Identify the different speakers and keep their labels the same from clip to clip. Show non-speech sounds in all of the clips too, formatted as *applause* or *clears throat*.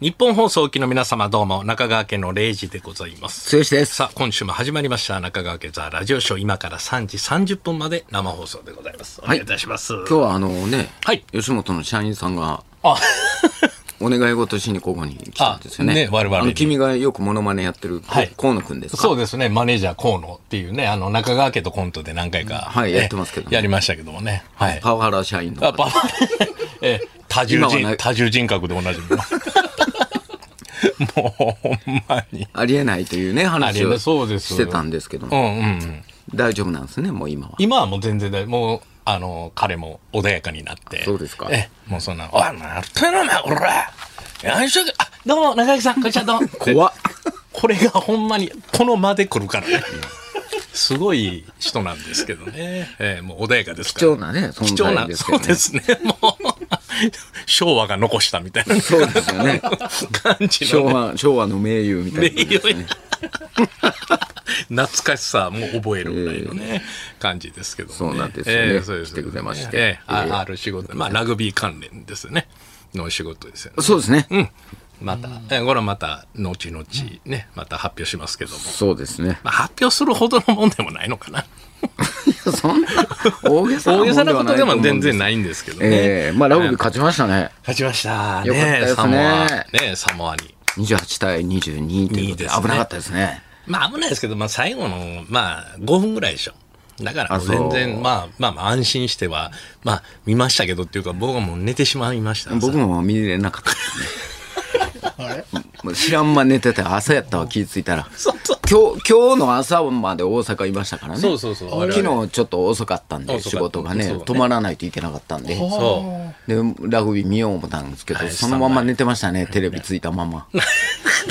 Speaker 1: 日本放送機の皆様どうも、中川家の0時でございます。
Speaker 2: 剛です。
Speaker 1: さあ、今週も始まりました。中川家ザラジオショー、今から3時30分まで生放送でございます。お願いいたします。
Speaker 2: 今日はあのね、
Speaker 1: はい
Speaker 2: 吉本の社員さんが
Speaker 1: あ、
Speaker 2: お願い事しにここに来たんですよね。
Speaker 1: あね我々に
Speaker 2: あの君がよくモノマネやってる、
Speaker 1: はい
Speaker 2: 河野くんですか。
Speaker 1: そうですね、マネージャー河野っていうね、あの、中川家とコントで何回か、
Speaker 2: はい
Speaker 1: ね
Speaker 2: やってますけどね
Speaker 1: やりましたけどもね。はい。
Speaker 2: パワハラ社員の
Speaker 1: あ、
Speaker 2: 方。
Speaker 1: ババええ、多重
Speaker 2: 今はな
Speaker 1: 人、
Speaker 2: い
Speaker 1: 多重人格でおなじみの。もう、ほんまに。
Speaker 2: ありえないというね、
Speaker 1: あり
Speaker 2: 話
Speaker 1: えな
Speaker 2: を
Speaker 1: いそうです
Speaker 2: してたんですけど
Speaker 1: う
Speaker 2: も、
Speaker 1: んうんうん。
Speaker 2: 大丈夫なんですね、もう今は。
Speaker 1: 今はもう全然だもう、あの、彼も穏やかになって。
Speaker 2: そうですか
Speaker 1: ええ、もうそんな、あ、なるたな、お前おら。よいしょあ、どうも、中木さん、こんにちは、どうも。
Speaker 2: *laughs* 怖っ。
Speaker 1: これがほんまに、この間で来るからね。すごい人なんですけどね。ええ、もう穏やかですか
Speaker 2: 貴
Speaker 1: ら。
Speaker 2: 重なね、
Speaker 1: 貴
Speaker 2: 存
Speaker 1: 重
Speaker 2: 在
Speaker 1: な、
Speaker 2: ですけ
Speaker 1: そ
Speaker 2: ど
Speaker 1: うで
Speaker 2: ね。
Speaker 1: すね。もう、昭和が残したみたい
Speaker 2: *laughs*
Speaker 1: な
Speaker 2: そうですよね。
Speaker 1: 感じの
Speaker 2: 昭
Speaker 1: ね、
Speaker 2: 和、昭和の名優みたいな。
Speaker 1: 懐かしさも覚えるぐらいのね、感じですけども、ね、
Speaker 2: そうなんですよね
Speaker 1: ええそうです
Speaker 2: 来てくれまして
Speaker 1: ええあ
Speaker 2: ええ
Speaker 1: ある仕事、まあ、ラグビー関連ですねの仕事ですよね
Speaker 2: そうですね。
Speaker 1: うんまた、ええこれはまた後々ねまた発表しますけども、
Speaker 2: そうですね。
Speaker 1: まあ、発表するほどのもんでもないのかな
Speaker 2: そんな大げさな
Speaker 1: 大
Speaker 2: もん
Speaker 1: げ
Speaker 2: で
Speaker 1: さなことで
Speaker 2: はないと思うんです
Speaker 1: も全然ないんですけどね、
Speaker 2: ええまあラグビー勝ちましたね。
Speaker 1: 勝ちました
Speaker 2: よかったですね
Speaker 1: サモアねサモアに
Speaker 2: 28対22ということ
Speaker 1: いい
Speaker 2: で
Speaker 1: ですね
Speaker 2: 危なかったですね。
Speaker 1: まあ危ないですけど、まあ最後の、まあ5分ぐらいでしょ。だからもう
Speaker 2: あそ
Speaker 1: 全
Speaker 2: う
Speaker 1: 然、まあまあまあ安心しては、まあ見ましたけどっていうか僕はもう寝てしまいました。
Speaker 2: 僕
Speaker 1: も。
Speaker 2: も見れなかった
Speaker 1: *laughs*
Speaker 2: ですね。もう知らんま寝てて朝やったわ気ぃついたら
Speaker 1: そうそう。
Speaker 2: 今日今日の朝まで大阪いましたからね
Speaker 1: そうそうそう我々
Speaker 2: 昨日ちょっと遅かったんで
Speaker 1: 遅か
Speaker 2: 仕
Speaker 1: った
Speaker 2: 事がね
Speaker 1: そうね
Speaker 2: 泊まらないといけなかったんで
Speaker 1: そ
Speaker 2: でラグビー見よう思ったんですけど、
Speaker 1: はい
Speaker 2: そのまま寝てましたねテレビついたまま、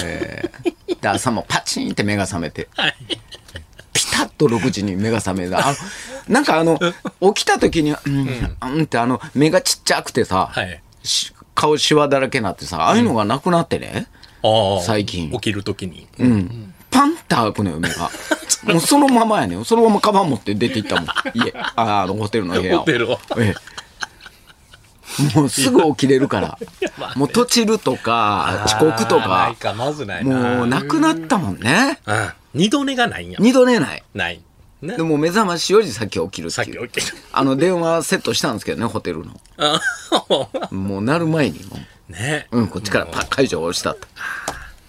Speaker 2: えーで朝もパチンって目が覚めて、
Speaker 1: *laughs* はい
Speaker 2: ピタッと6時に目が覚めたあのなんかあの起きた時にうん、うん、ってあの目がちっちゃくてさ、
Speaker 1: はい
Speaker 2: し顔しわだらけになってさああいうのがなくなってね、
Speaker 1: う。ああ。
Speaker 2: 最近
Speaker 1: 起きるときに。
Speaker 2: うんパンって開くのよ目 *laughs* がもうそのままやねんそのままカバン持って出て行ったもん家ああのホテルの部屋を
Speaker 1: ホテルを。
Speaker 2: ええ、もうすぐ起きれるからもうとちると *laughs* か遅刻と
Speaker 1: ああない
Speaker 2: か
Speaker 1: か、まずないな。
Speaker 2: もうなくなったもんね
Speaker 1: うん。二度寝がないんや。
Speaker 2: 二度寝ない
Speaker 1: ない。ね
Speaker 2: で。も目覚ましより先起きるっ
Speaker 1: さってき
Speaker 2: いう
Speaker 1: 起きる。
Speaker 2: あの電話セットしたんですけどねホテルの
Speaker 1: ああ
Speaker 2: もうなる前にも
Speaker 1: ね
Speaker 2: う、うん、こっちからパッ解除をしたって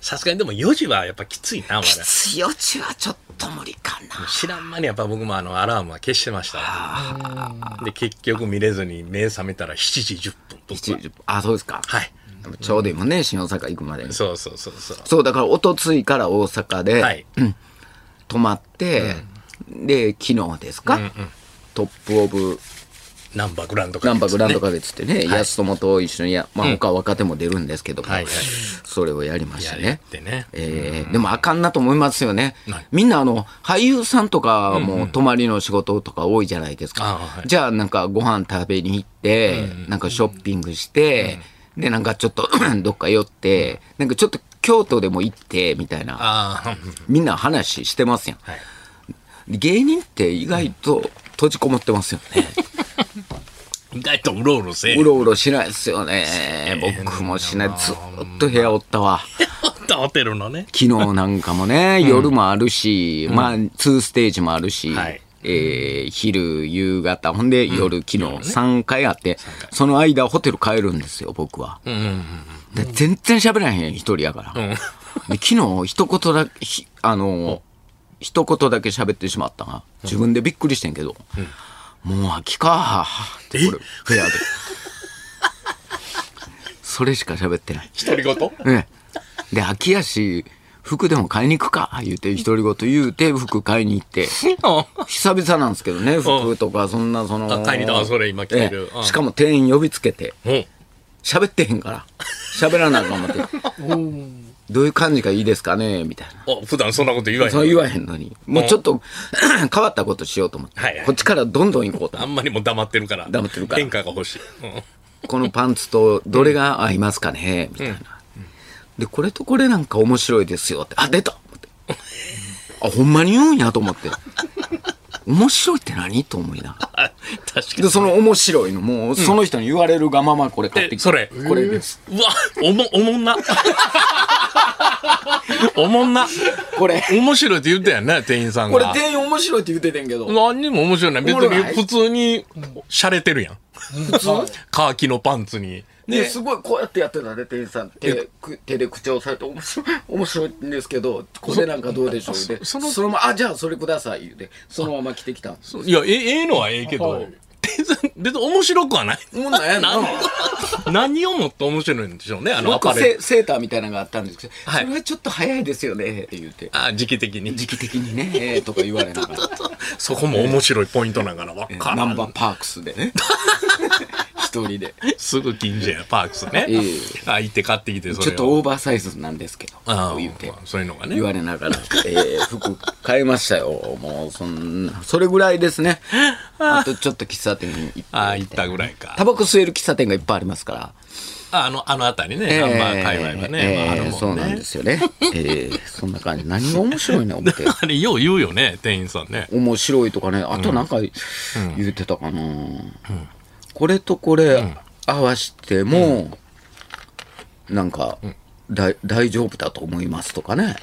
Speaker 1: さすがにでも4時はやっぱきついな、まだ。
Speaker 2: 強ちはちょっと無理かな
Speaker 1: 知らん間にやっぱ僕もあのアラームは消してましたわで結局見れずに目覚めたら7時10分僕は
Speaker 2: 7あそうですか
Speaker 1: はい
Speaker 2: でもちょうど今ね新大阪行くまでに
Speaker 1: そうそうそうそう
Speaker 2: そうだから一昨日から大阪で、
Speaker 1: はい
Speaker 2: 泊まって、で昨日ですか、トップ・オブ・
Speaker 1: ナンバーグランドか
Speaker 2: ナンバーグランド
Speaker 1: か
Speaker 2: 花月ってね安友と一緒にや、まあ、他は若手も出るんですけども、
Speaker 1: はいはい
Speaker 2: それをやりまし
Speaker 1: や
Speaker 2: た
Speaker 1: っ
Speaker 2: ね。
Speaker 1: てね
Speaker 2: えーでもあかんなと思いますよね
Speaker 1: はい。
Speaker 2: みんなあの俳優さんとかも泊まりの仕事とか多いじゃないです
Speaker 1: ああ
Speaker 2: か。
Speaker 1: はい
Speaker 2: じゃあなんかご飯食べに行って、なんかショッピングして、でなんかちょっと *clears throat* どっか寄って、なんかちょっと京都でも行ってみたいな
Speaker 1: ああうん
Speaker 2: みんな話してますやん。
Speaker 1: はい
Speaker 2: 芸人って意外と閉じこもってますよね。
Speaker 1: 意外とうろうろせえ
Speaker 2: うろうろしないですよね。僕もしない。ずーっと部屋おったわ。
Speaker 1: ホテルのね
Speaker 2: 昨日なんかもね、夜もあるし、まあ、2ステージもあるし、
Speaker 1: はい
Speaker 2: えー昼、夕方、ほんで夜、昨日3回あって、その間ホテル帰るんですよ、僕は。
Speaker 1: うんうん
Speaker 2: で全然喋らへん、一人やから。
Speaker 1: うんうん
Speaker 2: で昨日一言だけひあの一言だけ喋ってしまったが自分でびっくりしてんけど、もう秋かってこれ部屋でそれしか喋ってない、
Speaker 1: 独り言
Speaker 2: ね、で秋やし服でも買いに行くか言うて独り言言うて服買いに行って久々なんですけどね服とかそんなその
Speaker 1: あ買いに行ったあそれ今着てる
Speaker 2: ええ
Speaker 1: うん
Speaker 2: しかも店員呼びつけて
Speaker 1: うん
Speaker 2: 喋ってへんから喋らなあかん思ってどういう感じがいいですかねみたいな
Speaker 1: お普段そんなこと言わへん
Speaker 2: そう言わへんのに。もうちょっと *clears throat* 変わったことしようと思って。
Speaker 1: はいはい
Speaker 2: こっちからどんどん行こうと
Speaker 1: あ
Speaker 2: 思っ
Speaker 1: んまりもう黙ってるから
Speaker 2: 黙ってるから
Speaker 1: 変化が欲しいうん
Speaker 2: て。このパンツとどれが合いますかねみたいな、で、これとこれなんか面白いですよって。あ、出た思ってあ、ほんまに言うんやと思って。面白いって何と思いながら。
Speaker 1: 確か
Speaker 2: で、その面白いの、もう、その人に言われるがままこれ買って
Speaker 1: えそれ
Speaker 2: これです。
Speaker 1: に。うわ、おも、おもんな。おもんな。
Speaker 2: これ。
Speaker 1: 面白いって言ったやんね、店員さん
Speaker 2: これ
Speaker 1: が。
Speaker 2: 店員面白いって言っててんけど。
Speaker 1: 何にも面白いない。別
Speaker 2: おもろ
Speaker 1: に
Speaker 2: ない
Speaker 1: 普通に、洒落てるやん。
Speaker 2: 普通
Speaker 1: カーキのパンツに。
Speaker 2: ね、すごいこうやってやってたね、店員さん。手く手で口を押さえて、面白い、面白いんですけど、これなんかどうでしょうで、そ
Speaker 1: そ
Speaker 2: の
Speaker 1: の
Speaker 2: そのまま、あ、じゃあそれください、言うて、そのまま着てきたんです。
Speaker 1: いや、ええええのはええけ
Speaker 3: は
Speaker 1: ど
Speaker 3: い、
Speaker 1: 店員さん別に面白くは
Speaker 2: *laughs*
Speaker 1: ない。
Speaker 2: もうなんやな。
Speaker 1: 何をもって面白いんでしょうね、あの
Speaker 2: な
Speaker 1: ア
Speaker 2: んか
Speaker 1: パレ
Speaker 2: セ
Speaker 1: ル。
Speaker 2: セーターみたいなのがあったんですけど、
Speaker 1: はい
Speaker 2: それはちょっと早いですよね、って言う
Speaker 1: *laughs*
Speaker 2: て。
Speaker 1: あ時期的に。
Speaker 2: 時期的にね、えーとか言われな
Speaker 1: *laughs*
Speaker 2: がら。
Speaker 1: そこも面白いポイントなんかな、わっから
Speaker 2: ナ
Speaker 1: ん
Speaker 2: ンバーパークスで
Speaker 1: *laughs*
Speaker 2: ね。一人で。
Speaker 1: すぐ近所や、パークスね
Speaker 2: ええ。
Speaker 1: あ、行って買ってきて、それを。
Speaker 2: ちょっとオーバーサイズなんですけど、
Speaker 1: ああ
Speaker 2: 言うて。
Speaker 1: そういうのがね
Speaker 2: 言。われながら、えー、服買いましたよ。もう、そんな、それぐらいで
Speaker 1: *laughs*
Speaker 2: すね。あとちょっと喫茶店に行って。
Speaker 1: ああ、行ったぐらいか
Speaker 2: タ。バコ吸える喫茶店がいっぱいありますから。
Speaker 1: ああの、あの辺りね、
Speaker 2: え
Speaker 1: ナ
Speaker 2: ー
Speaker 1: ンバー界隈はね、まあ、あ
Speaker 2: え
Speaker 1: る
Speaker 2: ー
Speaker 1: もんね。
Speaker 2: そうなんですよね。えー、そんな感じ。何が
Speaker 1: *laughs*
Speaker 2: 面白いね、思って。
Speaker 1: あれ、よう言うよね、店員さんね。
Speaker 2: 面白いとかね。あとなんか言ってたかな。これとこれ合わしても、なんか、だい大丈夫だと思いますとかね。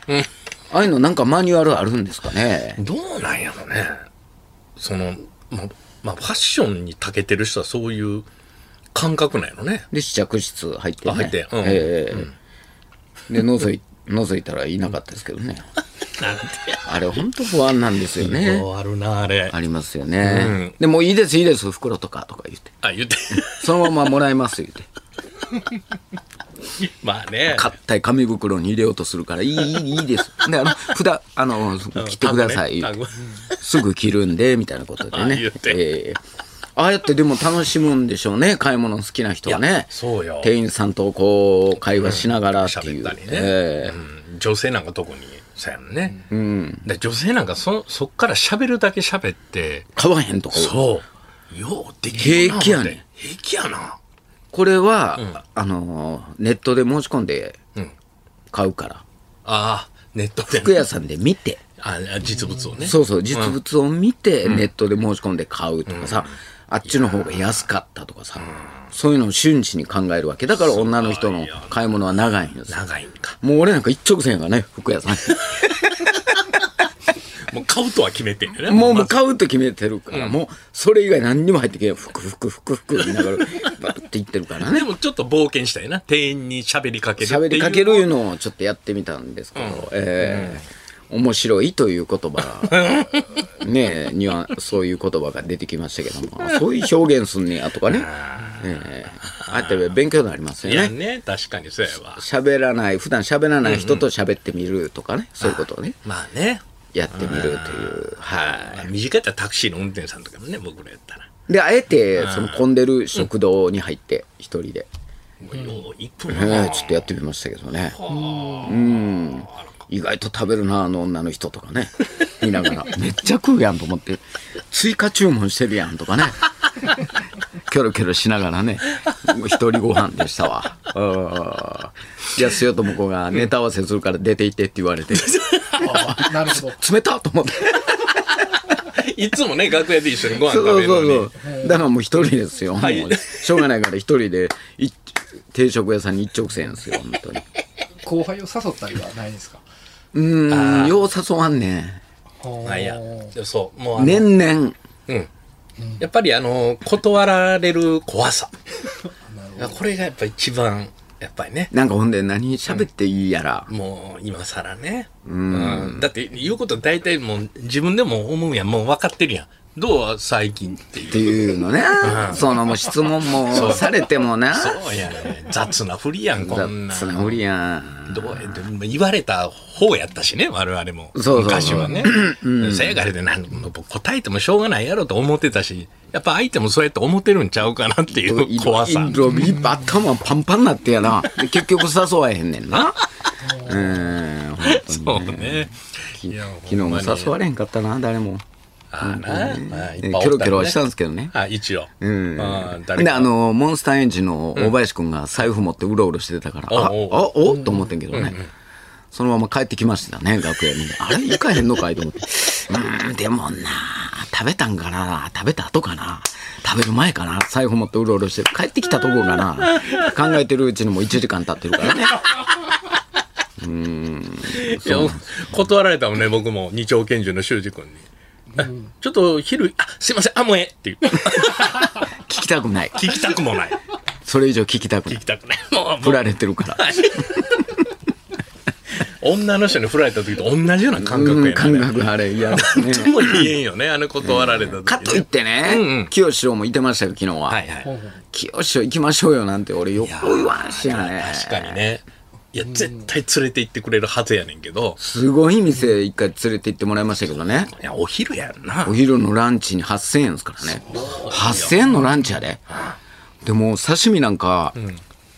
Speaker 2: ああいうのなんかマニュアルあるんですかね。
Speaker 1: どうなんやろね。その、ま、まあ、ファッションに長けてる人はそういう感覚なんやろね。
Speaker 2: で、試着室入って、ね。
Speaker 1: あ入ってうん
Speaker 2: ええで、覗い、 *laughs* 覗いたらいなかったですけど *laughs* ね。あれ、ほんと不安なんですよね。
Speaker 1: あるな、あれ。
Speaker 2: ありますよね。で、もういいです、いいです、袋とか、とか言って。
Speaker 1: あ、言って。 *laughs*
Speaker 2: そのままもらえます、言って。
Speaker 1: まあね。
Speaker 2: 硬い紙袋に入れようとするから、いい、いい、い
Speaker 1: *laughs*
Speaker 2: いです。で、あの、普段、あの、切ってください、言
Speaker 1: タ
Speaker 2: う
Speaker 1: グ
Speaker 2: て
Speaker 1: ね
Speaker 2: すぐ切るんで、みたいなことで
Speaker 1: あ
Speaker 2: ね。
Speaker 1: 言って
Speaker 2: ええああやってでも楽しむんでしょうね、買い物好きな人はね。
Speaker 1: そうよ
Speaker 2: 店員さんとこう、会話しながらってい
Speaker 1: 喋
Speaker 2: う。
Speaker 1: ったりね、
Speaker 2: ええ
Speaker 1: うん女性なんか特にそうやんね、で女性なんかそそっから喋るだけ喋って
Speaker 2: 買わへんとか
Speaker 1: そうようできるな
Speaker 2: 平気やね
Speaker 1: 平気やな
Speaker 2: これは、あのーネットで申し込んで
Speaker 1: ん
Speaker 2: 買うから、
Speaker 1: ああネットで
Speaker 2: 服屋さんで見て
Speaker 1: ああ実物をね
Speaker 2: そうそう実物を見てネットで申し込んで買うとかさ、あっちの方が安かったとかさ、そういうのを瞬時に考えるわけだから女の人の買い物は長いんですよ
Speaker 1: 長いんか
Speaker 2: もう俺なんか一直線やからね服屋さん *laughs*
Speaker 1: もう買うとは決めてんね
Speaker 2: もうも
Speaker 1: ま
Speaker 2: う買うと決めてるから、もうそれ以外何にも入ってけん服服服服言いながらバッていってるからね
Speaker 1: でもちょっと冒険したいな店員に喋りかけるっていう
Speaker 2: 喋りかけるいうのをちょっとやってみたんですけど、えー面白いという
Speaker 1: *laughs*
Speaker 2: 言葉がねえにはそういう言葉が出てきましたけどもそういう表現すんねやと
Speaker 1: *laughs*
Speaker 2: かね、えーあって勉強になります
Speaker 1: い
Speaker 2: よ
Speaker 1: や
Speaker 2: ね
Speaker 1: ね確かにそうやわ
Speaker 2: 喋らない普段喋らない人と喋ってみるとかねそういうことをね
Speaker 1: まあね
Speaker 2: やってみるというはい
Speaker 1: まあ短いったらタクシーの運転手さんとかもね僕らやったら
Speaker 2: であえてその混んでる食堂に入って一人で、
Speaker 1: もうよう行く
Speaker 2: え
Speaker 1: な
Speaker 2: ーちょっとやってみましたけどねうん意外と食べるなあの女の人と
Speaker 1: *laughs*
Speaker 2: かね見ながらめっちゃ食うやんと思って追加注文してるやんと
Speaker 1: *laughs*
Speaker 2: かねキョロキョロしながらね一人ご飯でしたわうんいやすよともこがネタ合わせするから出て行ってって言
Speaker 1: *laughs*
Speaker 2: われて
Speaker 3: なるほど。
Speaker 2: 冷たっと思って
Speaker 1: *laughs* いつもね楽屋で一緒にご飯
Speaker 2: そう
Speaker 1: 食
Speaker 2: そ
Speaker 1: べ
Speaker 2: う
Speaker 1: るのに
Speaker 2: そうそうだからもう一人ですよ、
Speaker 1: はい
Speaker 2: もうしょうがないから一人で一定食屋さんに一直線ですよ本当に
Speaker 3: 後輩を誘ったりはないんですか。
Speaker 2: うーんよう誘わんねん
Speaker 1: あいや
Speaker 3: は、
Speaker 1: そう、もうあの、
Speaker 2: 年々
Speaker 1: うん。やっぱりあの、断られる怖
Speaker 2: *laughs*
Speaker 1: さ。これがやっぱ一番、やっぱりね、
Speaker 2: なんかほんで何喋っていいやら、
Speaker 1: もう今更ね。うん。だって言うこと大体もう自分でも思うやん、もう分かってるやん。どう最近って
Speaker 2: *laughs*
Speaker 1: いう。
Speaker 2: っていうのね、そのもう質問もされてもな
Speaker 1: そうやね。雑なふりやん、こんな。
Speaker 2: 雑なふりやん
Speaker 1: どうやでも言われた方やったしね、我々も。
Speaker 2: そうそうそう
Speaker 1: 昔はね。せやがれでなんもう答えてもしょうがないやろと思ってたし、やっぱ相手もそうやって思ってるんちゃうかなっていう怖さ。
Speaker 2: いろいろ頭パンパンになってやなで結局誘わへんねんなうんほんと
Speaker 1: そうね。いや
Speaker 2: 昨日も誘われへんかったな誰も
Speaker 1: ああな、まあ、いっ
Speaker 2: キ
Speaker 1: ぱい
Speaker 2: ョロキョロ
Speaker 1: おったら
Speaker 2: は
Speaker 1: ね
Speaker 2: したんですけどね
Speaker 1: あ、一応。
Speaker 2: うん
Speaker 1: あー誰
Speaker 2: で
Speaker 1: か
Speaker 2: あのモンスターエンジンの大林君が財布持ってうろうろしてたから、ああ
Speaker 1: おう
Speaker 2: おと思ってんけどね、
Speaker 1: *laughs*
Speaker 2: そのまま帰ってきましたね楽屋にあれ行かへんのかいと思ってうーんでもなーっ食べたんかな食べた後かな食べる前かな財布持ってうろうろしてる帰ってきたとこかな考えてるうちにもう1時間経ってるから
Speaker 1: *laughs*
Speaker 2: ね
Speaker 1: いや断られたもんね僕も二丁拳銃の修二君に、あちょっと昼あすいませんあもうええ」って言う *laughs*
Speaker 2: 聞きたくない
Speaker 1: 聞きたくもない
Speaker 2: それ以上聞きたくな
Speaker 1: 聞
Speaker 2: い
Speaker 1: きたくないもうも
Speaker 2: 振
Speaker 1: う
Speaker 2: られてる
Speaker 1: *laughs*
Speaker 2: から
Speaker 1: 女の人に振られた時と同じような感覚
Speaker 2: う
Speaker 1: やな、
Speaker 2: ん感覚あれ嫌ですね
Speaker 1: 何とも言えんよねあの断られた時、ね
Speaker 2: かといってね、
Speaker 1: うんうん
Speaker 2: 清志師匠もいてましたよ昨日は、
Speaker 1: はいはい
Speaker 3: ほうほう
Speaker 2: 清志師匠行きましょうよなんて俺よく言わんしやね
Speaker 1: 確かにねいや絶対連れて行ってくれるはずやねんけど
Speaker 2: すごい店一回連れて行ってもらいましたけどね
Speaker 1: いやお昼やんな
Speaker 2: お昼のランチに8000円ですからね8000円のランチやででも刺身なんか、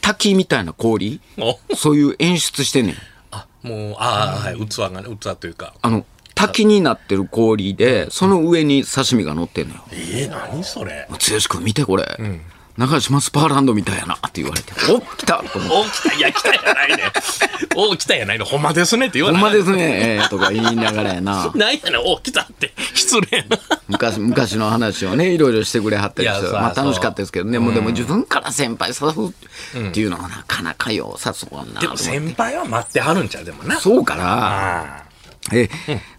Speaker 2: 滝みたいな氷
Speaker 1: お
Speaker 2: そういう演出してんねん
Speaker 1: あもうああ、はい、器がね器というか
Speaker 2: あの滝になってる氷でその上に刺身が乗ってんのよ
Speaker 1: えー、何それ
Speaker 2: 剛君見てこれ、中島スパーランドみたいやなって言われて「おっ来た!」と思って
Speaker 1: お来たいや来たやないね *laughs* お来たやないねほんまですねって言
Speaker 2: 「
Speaker 1: わ
Speaker 2: ほ
Speaker 1: なんい
Speaker 2: まですね」えーとか言いながらやな
Speaker 1: ないやねお来たって失礼な
Speaker 2: 昔昔の話をねいろいろしてくれはったりして
Speaker 1: いやそう
Speaker 2: まあ、
Speaker 1: そう
Speaker 2: 楽しかったですけどね、もうでも自分から先輩誘うっていうのはなかなかよ誘わんな
Speaker 1: でも
Speaker 2: と思って
Speaker 1: 先輩は待ってはるんちゃうでもな
Speaker 2: そうかな
Speaker 1: あ
Speaker 2: え、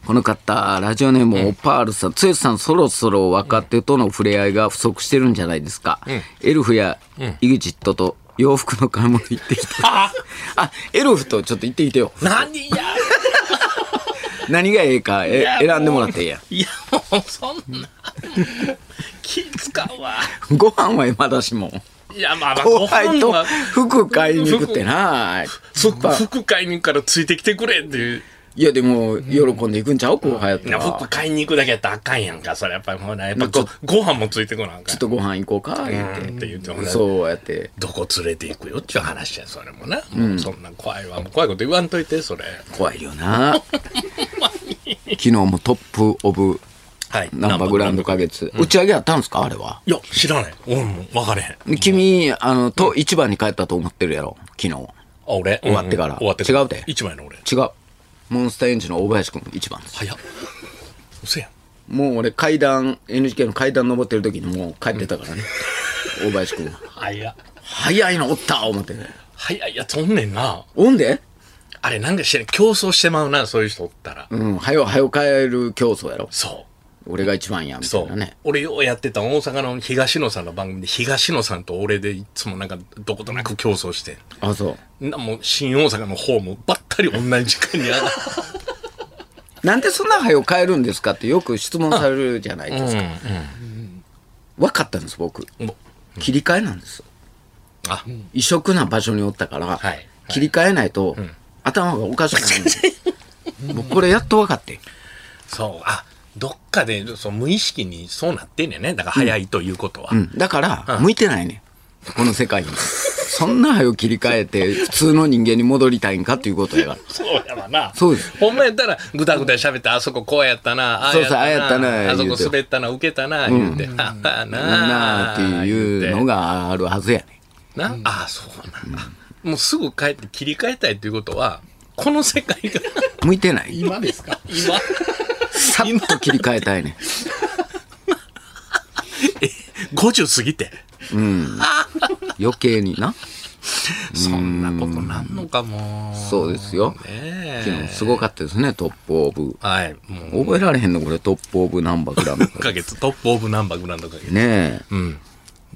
Speaker 2: この方ラジオネームオパールさん剛さんそろそろ若手との触れ合いが不足してるんじゃないですか、エルフやイグジットと洋服の買い物行ってきた
Speaker 1: あ
Speaker 2: *laughs* あエルフとちょっと行ってきてよ
Speaker 1: 何や
Speaker 2: 何がええかえ選んでもらっていいや
Speaker 1: いやもうそんな気使うわ
Speaker 2: ご飯はまだしも
Speaker 1: いやまあまあ
Speaker 2: 後
Speaker 1: ご
Speaker 2: 輩
Speaker 1: 飯
Speaker 2: と
Speaker 1: は
Speaker 2: 服買いに行くってな
Speaker 1: そっか服買いに行くからついてきてくれっていう
Speaker 2: いやでも喜んでいくんちゃう後輩やっ
Speaker 1: い
Speaker 2: た
Speaker 1: や
Speaker 2: らち
Speaker 1: 服買いに行くだけやったらあかんやんかそれやっぱりほらやっぱごご飯もついてこなあか
Speaker 2: ょ
Speaker 1: ん
Speaker 2: っとご飯行こうか言
Speaker 1: う
Speaker 2: っ
Speaker 1: んって言っても
Speaker 2: て
Speaker 1: ね
Speaker 2: そうやって
Speaker 1: どこ連れて行くよっちゅう話やそれもな、もうそんな怖いわもう怖いこと言わんといてそれ
Speaker 2: 怖い
Speaker 1: *laughs*
Speaker 2: よな昨日もトップオブ
Speaker 1: はい
Speaker 2: ナンバーグランド花月打ち上げあったんですかあれはい
Speaker 1: や知らない俺も分かれへん
Speaker 2: 君あのと一番に帰ったと思ってるやろ昨日
Speaker 1: あ俺
Speaker 2: 終わってから
Speaker 1: 終わってから
Speaker 2: 違うで
Speaker 1: 一枚の俺
Speaker 2: 違うモンスターエンジンの大林君一番です
Speaker 1: 早っ嘘やん
Speaker 2: もう俺階段 NHK の階段登ってる時にもう帰ってたか
Speaker 1: *laughs*
Speaker 2: らね、大林君は
Speaker 1: 早っ
Speaker 2: 早いのおった思ってね
Speaker 1: 早いやつおんねんな
Speaker 2: おんで
Speaker 1: あれなんかして競争してまうなそういう人おったら、
Speaker 2: うん早よ早よ帰る競争やろ
Speaker 1: そ
Speaker 2: 俺が一番や
Speaker 1: う
Speaker 2: みた
Speaker 1: そ、
Speaker 2: いうなね
Speaker 1: 俺ようやってた大阪の東野さんの番組で東野さんと俺でいつもなんかどことなく競争して
Speaker 2: あそ
Speaker 1: なもう新大阪の方もばったり同じ時間にある
Speaker 2: うなんでそんな早よ帰るんですかってよく質問されるじゃないですか、分かったんです僕
Speaker 1: うんも
Speaker 2: 切り替えなんです
Speaker 1: うあ、
Speaker 2: 異色な場所におったから、
Speaker 1: はい
Speaker 2: 切り替えないと、頭がおかしくなるんですもうこれやっと分かって
Speaker 1: そうあどっかでそう無意識にそうなってんねんねだから早いということは、
Speaker 2: うん、だから向いてないねんこの世界にそんな早く切り替えて普通の人間に戻りたいんかっていうことやから
Speaker 1: そうやわな。
Speaker 2: そうです
Speaker 1: ほんまやったら、ぐだぐだ喋って、あそここうやったな、あ
Speaker 2: そうそうああやった
Speaker 1: あ
Speaker 2: な
Speaker 1: そ
Speaker 2: 言
Speaker 1: こ
Speaker 2: うて
Speaker 1: 滑ったな、受けたな、言うて、ああな
Speaker 2: な
Speaker 1: あ
Speaker 2: あっていうの
Speaker 1: が。
Speaker 2: があるはずやねん
Speaker 1: な、ああ、そうなんだ。もうすぐ帰って切り替えたいっていうことは、この世界が
Speaker 2: 向いてない
Speaker 3: 今ですか
Speaker 1: 今、
Speaker 2: さっと切り替えたいねん
Speaker 1: 50過ぎて、
Speaker 2: 余計にな
Speaker 1: そんなことなんのかも。
Speaker 2: そうですよ
Speaker 1: ねえ
Speaker 2: 昨日すごかったですねトップオブ
Speaker 1: はい、もう、
Speaker 2: 覚えられへんのこれトップオブナンバーグラム
Speaker 1: 1ヶ月、トップオブナンバーグランドか月。
Speaker 2: ねえ
Speaker 1: うん。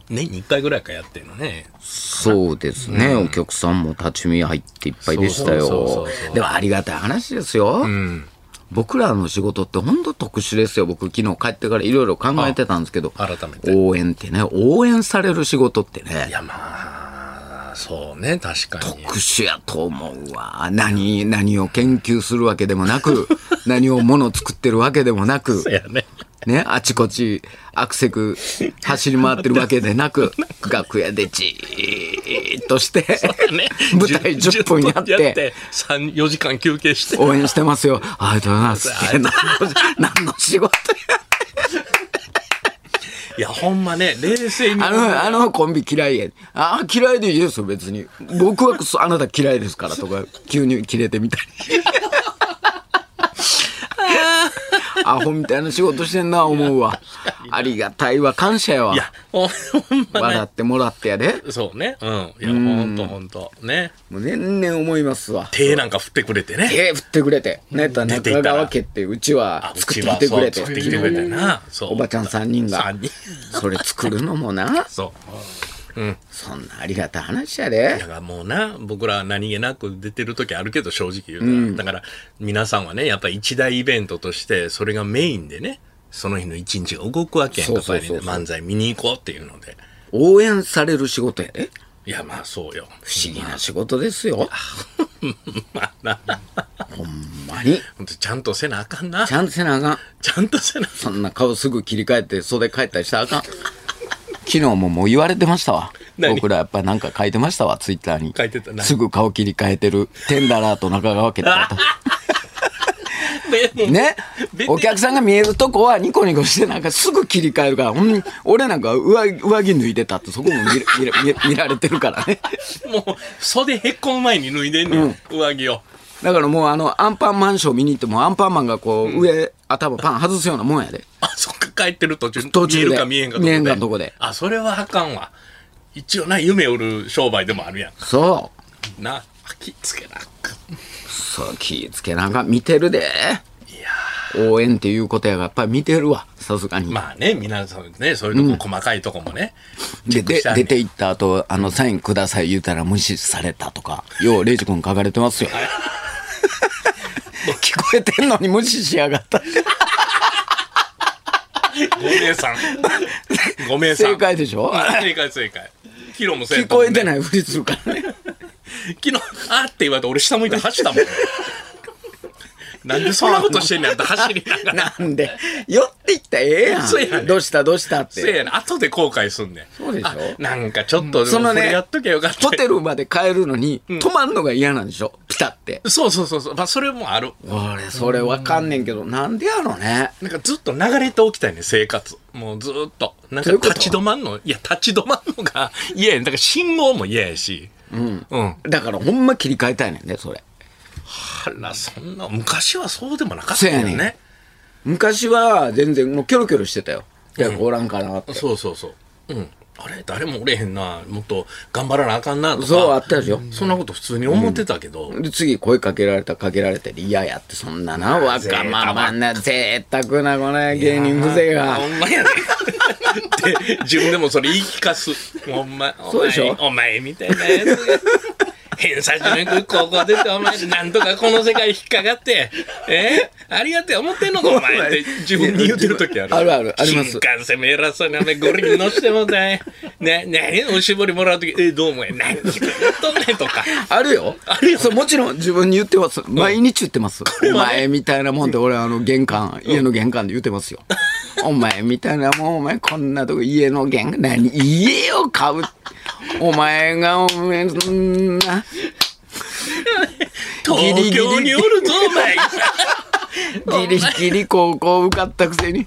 Speaker 1: 年に1回ぐらいかやってるのね。
Speaker 2: そうですね、お客さんも立ち見入っていっぱいでした
Speaker 1: そ
Speaker 2: よ
Speaker 1: うそうそうそう
Speaker 2: でもありがたい話ですよ、
Speaker 1: うん。
Speaker 2: 僕らの仕事ってほんと特殊ですよ僕昨日帰ってからいろいろ考えてたんですけど
Speaker 1: あ改めて
Speaker 2: 応援ってね応援される仕事って
Speaker 1: い
Speaker 2: ね
Speaker 1: や、まあ、そうね、確かに。
Speaker 2: 特殊やと思うわ何何を研究するわけでもなく何を物を作ってるわけでもなく
Speaker 1: そうやね。
Speaker 2: ね、あちこちアクセク走り回ってるわけでなく楽屋でじーっとして
Speaker 1: ね
Speaker 2: 舞台10分やって。
Speaker 1: 3、4時間休憩して。
Speaker 2: 応援してますよありがとうございますって何の何の仕事
Speaker 1: いや、ほんまね、冷静に。
Speaker 2: やあのあのコンビ嫌いやあ嫌いでいいですよ別に僕はそあなた嫌いですか
Speaker 1: *laughs*
Speaker 2: らとか急に切れてみたりあアホみたいな仕事してんな思うわありがたいわ感謝やわ
Speaker 1: いや、ほんほんま
Speaker 2: 笑
Speaker 1: ね。
Speaker 2: ってもらってやで
Speaker 1: そうね。うん。いや、ほんとほんと。ね。
Speaker 2: もう年々思いますわ
Speaker 1: 手なんか振ってくれてね。
Speaker 2: 手振ってくれてねた
Speaker 1: 出てい
Speaker 2: 中
Speaker 1: ったら
Speaker 2: 川家ってうちは
Speaker 1: う
Speaker 2: 作
Speaker 1: ち
Speaker 2: って
Speaker 1: は
Speaker 2: きてくれ
Speaker 1: そう
Speaker 2: て
Speaker 1: 作ってきてくれてな。そう。
Speaker 2: おばちゃん3人が
Speaker 1: 三人。
Speaker 2: それ作るのもな
Speaker 1: そう。うん。
Speaker 2: そんなありがたい話やで
Speaker 1: だからもうな、僕らは何気なく出てる時あるけど、正直言うと、だから、皆さんはね、やっぱり一大イベントとして、それがメインでね、その日の一日が動くわけやんか、
Speaker 2: そ
Speaker 1: やっ
Speaker 2: う
Speaker 1: ぱ
Speaker 2: そ
Speaker 1: り
Speaker 2: うそうそう
Speaker 1: ね漫才見に行こうっていうので。
Speaker 2: 応援される仕事やで
Speaker 1: いや、まあそうよ。
Speaker 2: 不思議な仕事ですよ
Speaker 1: まあな、
Speaker 2: ほんまに
Speaker 1: ほんとちゃんとせなあかんな。
Speaker 2: ち
Speaker 1: ちゃ
Speaker 2: ゃんとせなあかん
Speaker 1: んとせな。
Speaker 2: そんな顔すぐ切り替えて袖帰ったりしたらあかん。昨日ももう言われてましたわ。
Speaker 1: 何
Speaker 2: 僕らやっぱなんか書いてましたわ、ツイッターに。
Speaker 1: 書いてた何
Speaker 2: すぐ顔切り替えてる。テンダラーと中川家だ
Speaker 1: *laughs*
Speaker 2: と。
Speaker 1: でも
Speaker 2: ね
Speaker 1: 別に
Speaker 2: お客さんが見えるとこはニコニコしてなんかすぐ切り替えるから、うん、俺なんか上上着脱いでたってそこも見れ見れ見れ見られてるからね。
Speaker 1: もう、袖へっこむ前に脱いでんねん、上着を。
Speaker 2: だからもうあの、アンパンマンショー見に行ってもアンパンマンがこう上、頭パン外すようなもんやで。
Speaker 1: あ、そっか、帰ってる途中、
Speaker 2: 途中で
Speaker 1: 見えるか見えんかとこ
Speaker 2: 見
Speaker 1: で
Speaker 2: えんかとこで
Speaker 1: あ、それはあかんわ。一応な、夢売る商売でもあるや
Speaker 2: そう。
Speaker 1: ん。な、気ぃつけなあかん。
Speaker 2: そう気ぃつけなあかん見てるで応援っていうことやがやっぱり見てるわさすがに、
Speaker 1: まあね、皆さんね、そういうとこ、細かいとこもね、チ
Speaker 2: で
Speaker 1: ェック
Speaker 2: で
Speaker 1: してあんね
Speaker 2: 出
Speaker 1: ん
Speaker 2: て行った後あのサインください言うたら無視されたとかようレイジ君書かれてますよ聞こえてんのに無視しやがった
Speaker 1: 5名さん。5名さん。
Speaker 2: 正解でしょ
Speaker 1: 正解、正解。キロも正解、
Speaker 2: 聞こえてないふりするからね
Speaker 1: 昨日、あーって言われて俺下向いて走ったもん。なんでそんなことしてんねんあんた走りながら。
Speaker 2: なんで寄っていったらええやん
Speaker 1: そうやねん
Speaker 2: どうしたどうしたっ
Speaker 1: せ
Speaker 2: て
Speaker 1: やな、後で後悔すんねん。
Speaker 2: そうでしょ
Speaker 1: あなんかちょっと、で
Speaker 2: そ
Speaker 1: も
Speaker 2: の
Speaker 1: これ
Speaker 2: ね
Speaker 1: やっときゃよかった。
Speaker 2: ホテルまで帰るのに泊まんのが嫌なんでしょピタって
Speaker 1: そうそうそうそう。まあ、それもある。
Speaker 2: 俺それわかんねんけどなんでやろね
Speaker 1: なんかずっと流れておきたいね、生活。もうずっと。なんか
Speaker 2: どういうこと
Speaker 1: 立ち止まんの、いや、立ち止まんのが嫌やだから信号も嫌やし。うん。うん。
Speaker 2: だからほんま切り替えたいねんねそれ
Speaker 1: あら、そんな、昔はそうでもなかったよ
Speaker 2: そうやね
Speaker 1: ね。
Speaker 2: 昔は全然もうキョロキョロしてたよいや、おらんかなって
Speaker 1: そうそうそう。うん。あれ、誰もおれへんな。もっと頑張らなあかんなとか。
Speaker 2: そうあったでしょ、
Speaker 1: そんなこと普通に思ってたけど。
Speaker 2: で次声かけられたかけられたり嫌やってそんななわがままな贅沢なこの芸人風情が
Speaker 1: ほんまやね。で、自分でもそれ言い聞かす。ほんま、お
Speaker 2: そうでし
Speaker 1: 前
Speaker 2: ょ、
Speaker 1: お前みたいなやつが。偏差値の低い高校出て、お前、なんとかこの世界引っかかって、えありがてえ思ってんのか、お前って自分に言ってる時ある。
Speaker 2: あるあるあります
Speaker 1: 新幹線も偉そうに、お前、ゴリに乗してもだい。ね、ね、おしぼりもらう時、え、どうもや、何言っとんねんとか。
Speaker 2: あるよ
Speaker 1: あるよ
Speaker 2: そうもちろん自分に言ってます毎日言ってます、お前みたいなもんで俺あの玄関、家の玄関で言ってますよお前みたいなもんお前こんなとこ家の玄関何家を買うお前がお前そんなギリギリ
Speaker 1: 東京におるぞ、お前。
Speaker 2: ギリギリ高校受かったくせに、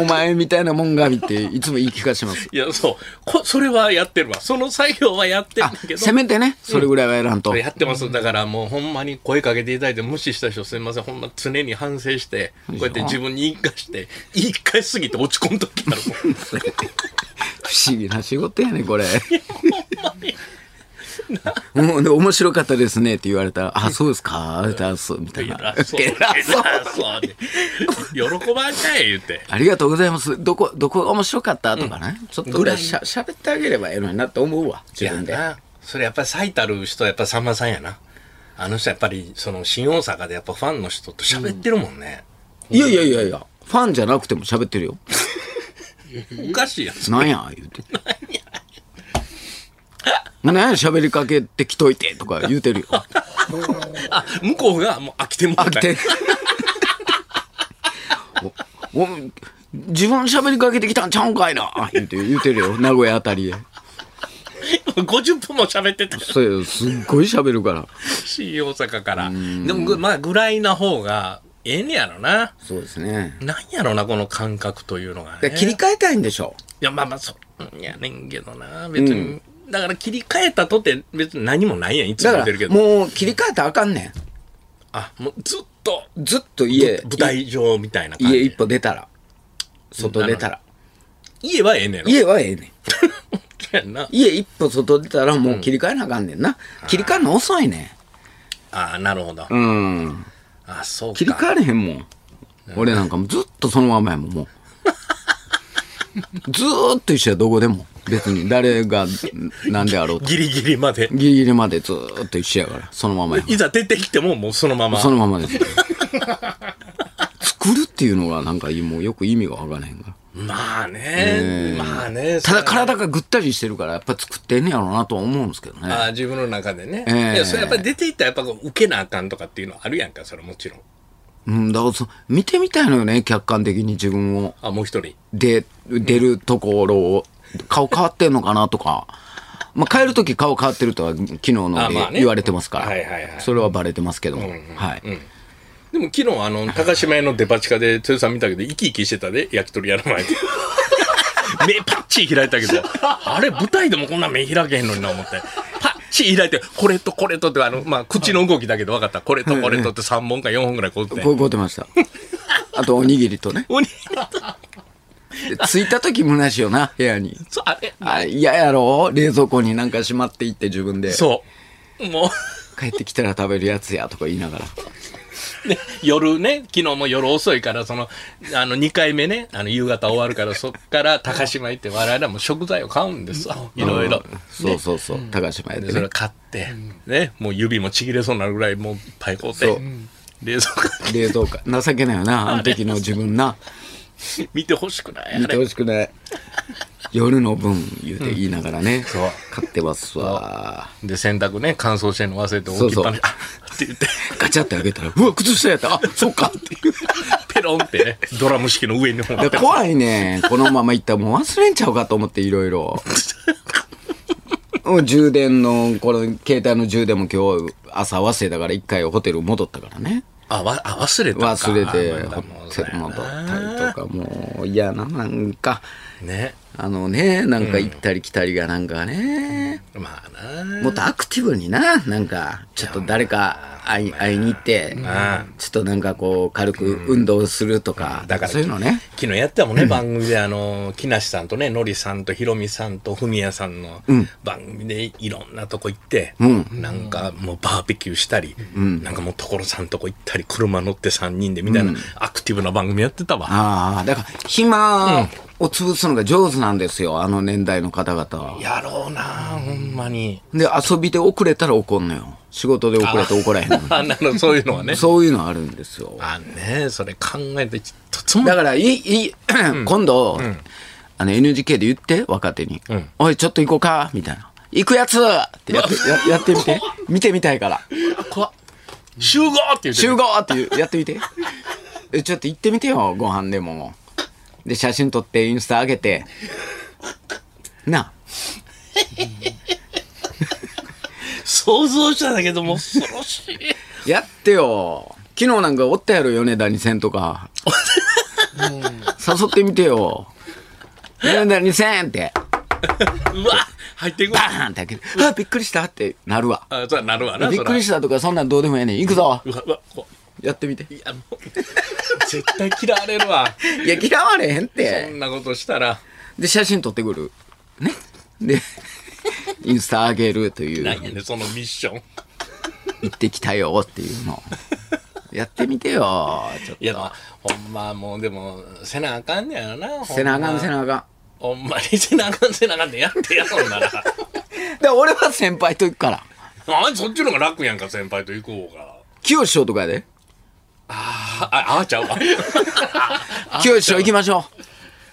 Speaker 2: お前みたいなもんがみって、いつも言い聞かします。
Speaker 1: いや、そう。こそれはやってるわ。その作業はやってるん
Speaker 2: あ
Speaker 1: だけ、ど。
Speaker 2: せめてね、それぐらいはやらんと。
Speaker 1: やってます。だからもうほんまに声かけていただいて無視した人すみません。ほんま常に反省して、こうやって自分に言い返して、言い返しすぎて落ち込んときあるもん。
Speaker 2: 不思議な仕事やね、
Speaker 1: *laughs*
Speaker 2: これ。うん、で面白かったですねって言われたら「あそうですかありがとうございます」みたいな
Speaker 1: 偉そう。
Speaker 2: 偉そう
Speaker 1: そうで。喜ばんかい言って。
Speaker 2: ありがとうございますどこどこが面白かった?」とかね、ちょっとぐらいしゃ喋ってあげればええのになって思うわ自分で
Speaker 1: いやなそれやっぱり最たる人はやっぱさんまさんやな。あの人やっぱりその新大阪でやっぱファンの人と喋ってるもんね。
Speaker 2: いやいやいやいやファンじゃなくても喋っ
Speaker 1: *laughs*
Speaker 2: てるよ
Speaker 1: おかしいやん。
Speaker 2: なんや言うて。 *laughs* なんや喋りかけてきといてとか言うてるよ。
Speaker 1: あ、向こうがもう飽きても
Speaker 2: 飽
Speaker 1: *laughs*
Speaker 2: きて。おお自分喋りかけてきたんちゃうんかいな言うて言うてるよ名古屋あたりへ
Speaker 1: 50分も喋ってた。
Speaker 2: そうよすっごい喋るから
Speaker 1: 新大阪から。でもぐ、まあ、ぐらいな方がええねやろな。
Speaker 2: そうですね
Speaker 1: なんやろな、この感覚というのがね。
Speaker 2: 切り
Speaker 1: い
Speaker 2: 替えたいんでしょ
Speaker 1: や、まあまあ、そう。やねんけどな、別に。だから切り替えたとて別に何もないやん、いつ
Speaker 2: だ
Speaker 1: も
Speaker 2: か
Speaker 1: 言ってるけ
Speaker 2: ら
Speaker 1: ど。
Speaker 2: もう切り替えたらあかんねん
Speaker 1: あ、もうずっと、
Speaker 2: ずっと家、
Speaker 1: 舞台上みたいな感じ。
Speaker 2: 家一歩出たら、外出たら。
Speaker 1: 家はええねん。
Speaker 2: 家はええねん。
Speaker 1: やんな。 *laughs*
Speaker 2: 家一歩外出たらもう切り替えなあかんねんな。切り替えるの遅いね
Speaker 1: ああ、なるほど。
Speaker 2: ん。うん。
Speaker 1: あ、そうか。
Speaker 2: 切り替えれへんもん。俺なんかもうずっとそのままやもん、
Speaker 1: *laughs*
Speaker 2: もう。ずーっと一緒や、どこでも。別に誰が何であろうと。
Speaker 1: ギリギリまで。
Speaker 2: ギリギリまでずーっと一緒やから、そのままやもん
Speaker 1: いざ出てきても、もうそのまま。
Speaker 2: そのままです。作るっていうのがなんかもうよく意味がわからへんから。
Speaker 1: まあね。まあね。
Speaker 2: ただ
Speaker 1: それは
Speaker 2: 体がぐったりしてるからやっぱ作ってんねやろうなとは思うんですけどね。
Speaker 1: ああ自分の中でね。
Speaker 2: ええ
Speaker 1: いや、それやっぱり出ていったら、やっぱこう受けなあかんとかっていうのあるやんか、それもちろん。
Speaker 2: うん、だからそ見てみたいのよね、客観的に自分を。
Speaker 1: あ、もう一人。
Speaker 2: で、出るところを、顔変わってんのかなとか。まあ、帰るとき顔変わってるとは昨日の
Speaker 1: あまあね
Speaker 2: で言われてますから。
Speaker 1: はいはいはい
Speaker 2: それはバレてますけども。はい。
Speaker 1: でも昨日、あの、高島屋のデパ地下で、豊さん見たけど、生き生きしてたで、焼き鳥やる前 *laughs* で。目パッチリ開いたけど、あれ、舞台でもこんな目開けへんのにな、思って。パッチリ開いて、これとこれとって、あの、まあ、口の動きだけど分かった。これとこれとって3本か4本ぐらいこうって
Speaker 2: こ。うこうって
Speaker 1: *laughs*
Speaker 2: ました。あと、おにぎりとね。
Speaker 1: おに
Speaker 2: で着いたとき虚しいよな、部屋に。
Speaker 1: そう、あれ、
Speaker 2: あ、嫌やろ冷蔵庫になんかしまっていって自分で。
Speaker 1: そう。もう。
Speaker 2: 帰ってきたら食べるやつやとか言いながら。
Speaker 1: で夜ね、昨日も夜遅いから、その、あの、2回目ね、あの、夕方終わるから、そっから高島行って、我々はもう食材を買うんですわいろいろ。
Speaker 2: そうそうそう。高島屋
Speaker 1: で、
Speaker 2: で
Speaker 1: そ
Speaker 2: ね
Speaker 1: れ。買って、ね、もう指もちぎれそうになるぐらい、もういっぱい買うて
Speaker 2: そう、
Speaker 1: 冷蔵庫
Speaker 2: 冷蔵庫。情けないよな、あの時の自分な。
Speaker 1: 見てほしくない、
Speaker 2: 見
Speaker 1: あ
Speaker 2: て
Speaker 1: れ。
Speaker 2: ほしくない。夜の分言うて言いながらね。
Speaker 1: そう
Speaker 2: 買ってますわ。
Speaker 1: で、洗濯ね、乾燥してんの忘れて、
Speaker 2: そ
Speaker 1: 置
Speaker 2: う
Speaker 1: き
Speaker 2: そ
Speaker 1: っ
Speaker 2: う
Speaker 1: ぱなし、あって言って、
Speaker 2: ガチャって開けたら、うわ、靴下やった。あ、そっかっていう。
Speaker 1: ペロンってね、ドラム式の上にも
Speaker 2: *laughs* だから怖いね。このまま行ったらもう忘れんちゃうかと思っていろい *laughs* ろ。うん充電の、この携帯の充電も今日朝忘れたから一回ホテル戻ったからね。
Speaker 1: あ、わ、あ、忘れたか。
Speaker 2: 忘れて
Speaker 1: あまだ
Speaker 2: ホ
Speaker 1: もう
Speaker 2: テル戻ったりとか、もう嫌な、なんか。
Speaker 1: ね。
Speaker 2: あのね、なんか行ったり来たりがなんかね、
Speaker 1: まあな。
Speaker 2: もっとアクティブにな、なんか、ちょっと誰か会い会いに行って、ちょっとなんかこう、軽く運動するとか、
Speaker 1: だから
Speaker 2: そういうのね。
Speaker 1: 昨日やってたもんね、番組で、あの、木梨さんとね、のりさんとひろみさんとふみやさんの番組でいろんなとこ行って、なんかもうバーベキューしたり、なんかもう所さんとこ行ったり、車乗って3人でみたいなアクティブな番組やってたわ。
Speaker 2: ああ、だから、暇を潰すのが上手なんですよ、あの年代の方々は。
Speaker 1: やろうなほんまに。
Speaker 2: で、遊びで遅れたら怒んのよ。仕事で遅れて怒らへんの。
Speaker 1: あんなの、そういうのはね。
Speaker 2: そういうのあるんですよ。
Speaker 1: あねそれ考えて、ちょっとつも
Speaker 2: だから、いい、いい、今度、あの NGK で言って、若手に。おい、ちょっと行こうか、みたいな。行くやつってやって、ややって
Speaker 1: *laughs*
Speaker 2: みて。見てみたいから。
Speaker 1: 怖っ集合って言って
Speaker 2: 集合っていう、やってみて。 *laughs* えちょっと行ってみてよ、ご飯でも。で、写真撮って、インスタ上げて。な
Speaker 1: 想像したんだけども、恐ろしい。
Speaker 2: あ、やってよ。昨日なんかおったやろ、米田2000と *laughs* か。誘ってみてよ。米田2000って、
Speaker 1: うわ入っていく
Speaker 2: バ
Speaker 1: わ。
Speaker 2: ーンって開ける。あ、びっくりしたってなるわ。
Speaker 1: あ、そうなるわな、
Speaker 2: びっくりしたとかそんなんどうでもええねん行くぞ
Speaker 1: そらうわ、うわ、怖っ
Speaker 2: やってみて
Speaker 1: いやもう絶対嫌われるわ
Speaker 2: いや嫌われへんっ
Speaker 1: そ
Speaker 2: て
Speaker 1: んなことしたら
Speaker 2: で写真撮ってくるね *laughs* でインスタ上げるとい
Speaker 1: 何や
Speaker 2: う
Speaker 1: ねんそのミッション
Speaker 2: 行ってきたよっていうのやってみてよちょっ
Speaker 1: いやまあほんまもうでもせなあかんねやろな
Speaker 2: と背中ん背
Speaker 1: な
Speaker 2: 中が
Speaker 1: ほんまにせなあかんせなあかんってやってやそんなら
Speaker 2: で俺は先輩と行くから
Speaker 1: *laughs* あそっちの方が楽やんか先輩と行こうが
Speaker 2: 清志師匠とかやで
Speaker 1: あああちゃうわ
Speaker 2: 清志師匠行きましょ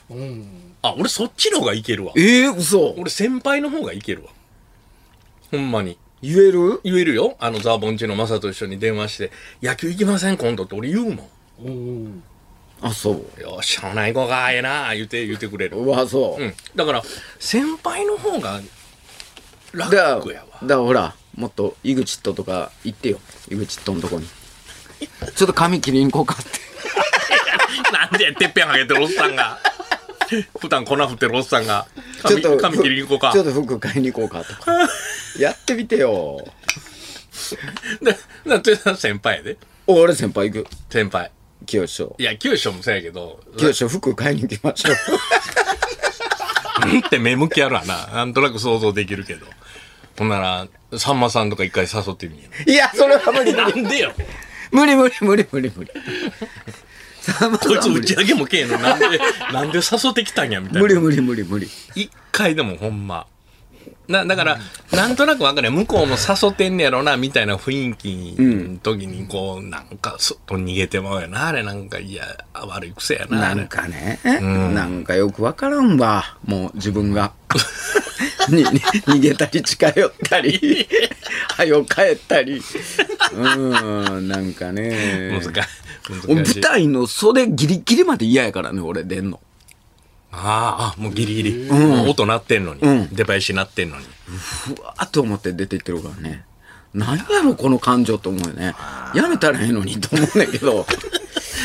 Speaker 1: *laughs* あ俺そっちの方がいけるわ
Speaker 2: うええ嘘
Speaker 1: 俺先輩の方がいけるわほんまに
Speaker 2: 言える
Speaker 1: 言えるよあのザ・ボンチのマサと一緒に電話して「野球行きません今度」って俺言うも
Speaker 3: おお。
Speaker 2: あそ
Speaker 1: ん「よっしゃほな行こうかええな」言うて言うてくれる
Speaker 2: ううわそう、
Speaker 1: うん、だから先輩の方が楽
Speaker 2: だだか
Speaker 1: やわ
Speaker 2: らほらもっと井口ととか行ってよ井口とのとこにちょっと髪切りに行こうかって
Speaker 1: なんでてっぺんはげてるおっさん *laughs* が普段粉振ってるおっさんが髪髪切りに行こうか
Speaker 2: ちょっと服買いに行こうかとか。やってみてよ。
Speaker 1: で、な、とさん先輩やで。
Speaker 2: 俺先輩行く。
Speaker 1: 先輩。
Speaker 2: 清志師匠。
Speaker 1: いや、九州もそうやけど、
Speaker 2: 清志師匠服買いに行きましょう。
Speaker 1: *laughs* うんって目向きあるわな。なんとなく想像できるけど。ほんなら、さんまさんとか一回誘ってみよ
Speaker 2: いや、それは無理だ。
Speaker 1: なんでよ。
Speaker 2: 無理無理無理無理無理。さんまさん
Speaker 1: こいつ
Speaker 2: 無
Speaker 1: 打
Speaker 2: 理
Speaker 1: ち上げもけえの。なんで、なんで誘ってきたんや、みたいな。
Speaker 2: 無理無理無理無理。
Speaker 1: 一回でもほんま。な、だから、なんとなくわかるやん向こうも誘ってんねやろな、みたいな雰囲気の時に、こう、なんか、そっと逃げてまうやな。あれなんか、いや、悪い癖やな。
Speaker 2: な
Speaker 1: あ
Speaker 2: ん
Speaker 1: れ
Speaker 2: かね、なんかよくわからんわ。もう自分が。 *laughs* にに逃げたり近寄ったり、はよ帰ったり。うん、なんかね
Speaker 1: 難。しい。難し
Speaker 2: 舞
Speaker 1: い。
Speaker 2: 台の袖ギリギリまで嫌やからね、俺出んの。
Speaker 1: あーあ、もうギリギリ。もう音鳴ってんのに。
Speaker 2: うん
Speaker 1: 出囃子鳴ってんのに。
Speaker 2: ふわーって思って出ていってるからね。何やろ、この感情と思うよね。やめたらええのにと思うんだけど。 *laughs*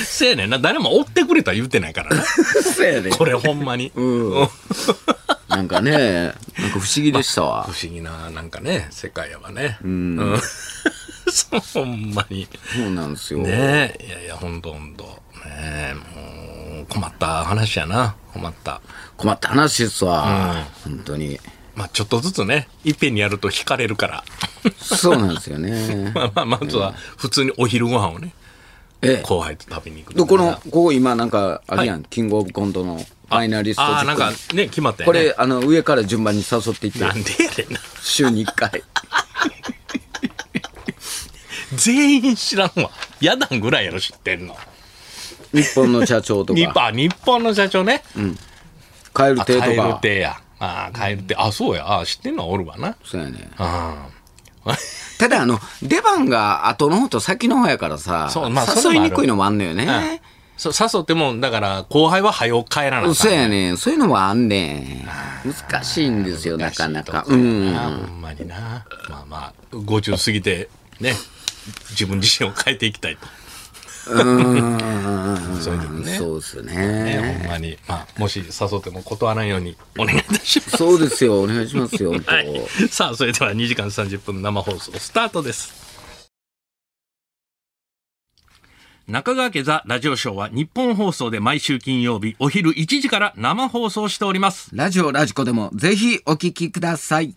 Speaker 1: せやねんな。誰も追ってくれとは言ってないからな。
Speaker 2: そやね
Speaker 1: これほんまに。
Speaker 2: うん
Speaker 1: 不思
Speaker 2: なんかね、なんか不思議でしたわ。
Speaker 1: 議な、なんかね、世界やわね。うん。 *laughs* そうほんまに。
Speaker 2: そうなんですよ。
Speaker 1: ねえ。いやいや、ほんとほんと。ねえ、もう、困った話やな。困った。
Speaker 2: 困った話ですわ。本当に。
Speaker 1: まあ、ちょっとずつね、いっぺんにやると惹かれるから。 *laughs*
Speaker 2: そうなんですよね。
Speaker 1: まあまあ、まずは、普通にお昼ご飯をね、
Speaker 2: ええ。
Speaker 1: 後輩と食べに行く
Speaker 2: で、
Speaker 1: とか
Speaker 2: こ
Speaker 1: ね。
Speaker 2: の、ここ今なんか、あれやん、キングオブコントのファイナリスト10
Speaker 1: ああ、
Speaker 2: 組
Speaker 1: なんかね、決まったよ
Speaker 2: こ
Speaker 1: ね。
Speaker 2: れ、あの、上から順番に誘っていって
Speaker 1: な、んでやれんな。
Speaker 2: 週に1回。
Speaker 1: *laughs* 全員知らんわ。やだんぐらいやろ、知ってんの。
Speaker 2: 日本の社長と
Speaker 1: 日
Speaker 2: か、
Speaker 1: 本、あ日本の社長ね。
Speaker 2: カエル亭
Speaker 1: あ
Speaker 2: と
Speaker 1: カエ
Speaker 2: か
Speaker 1: ル。亭や。ああ、カエル亭。あ、そうや。ああ、知ってんのはおるわな。
Speaker 2: そうやね。
Speaker 1: ああ。
Speaker 2: ただ、あの、出番が後の方と先の方やからさ
Speaker 1: そうまあ、それ
Speaker 2: 誘い
Speaker 1: もある
Speaker 2: にくいのもあんのよね。
Speaker 1: そ誘っても、だから、後輩は早う帰らなあかん
Speaker 2: そうやねん。そういうのもあんねん。難しいんですよ、なかなか。うん。
Speaker 1: あほんまにな。まあまあ、50過ぎて、ね、自分自身を変えていきたいと。
Speaker 2: うん。
Speaker 1: そういうのもね
Speaker 2: そうです
Speaker 1: ね、ほん
Speaker 2: ね。
Speaker 1: まに。まあ、もし誘っても断らないようにお願いいた
Speaker 2: *laughs*
Speaker 1: します。
Speaker 2: そうですよ。お願いしますよ。本当
Speaker 1: はい、さあそれでは2時間30分生放送スタートです中川家ザラジオショーは日本放送で毎週金曜日お昼1時から生放送しております
Speaker 2: ラジオラジコでもぜひお聞きください。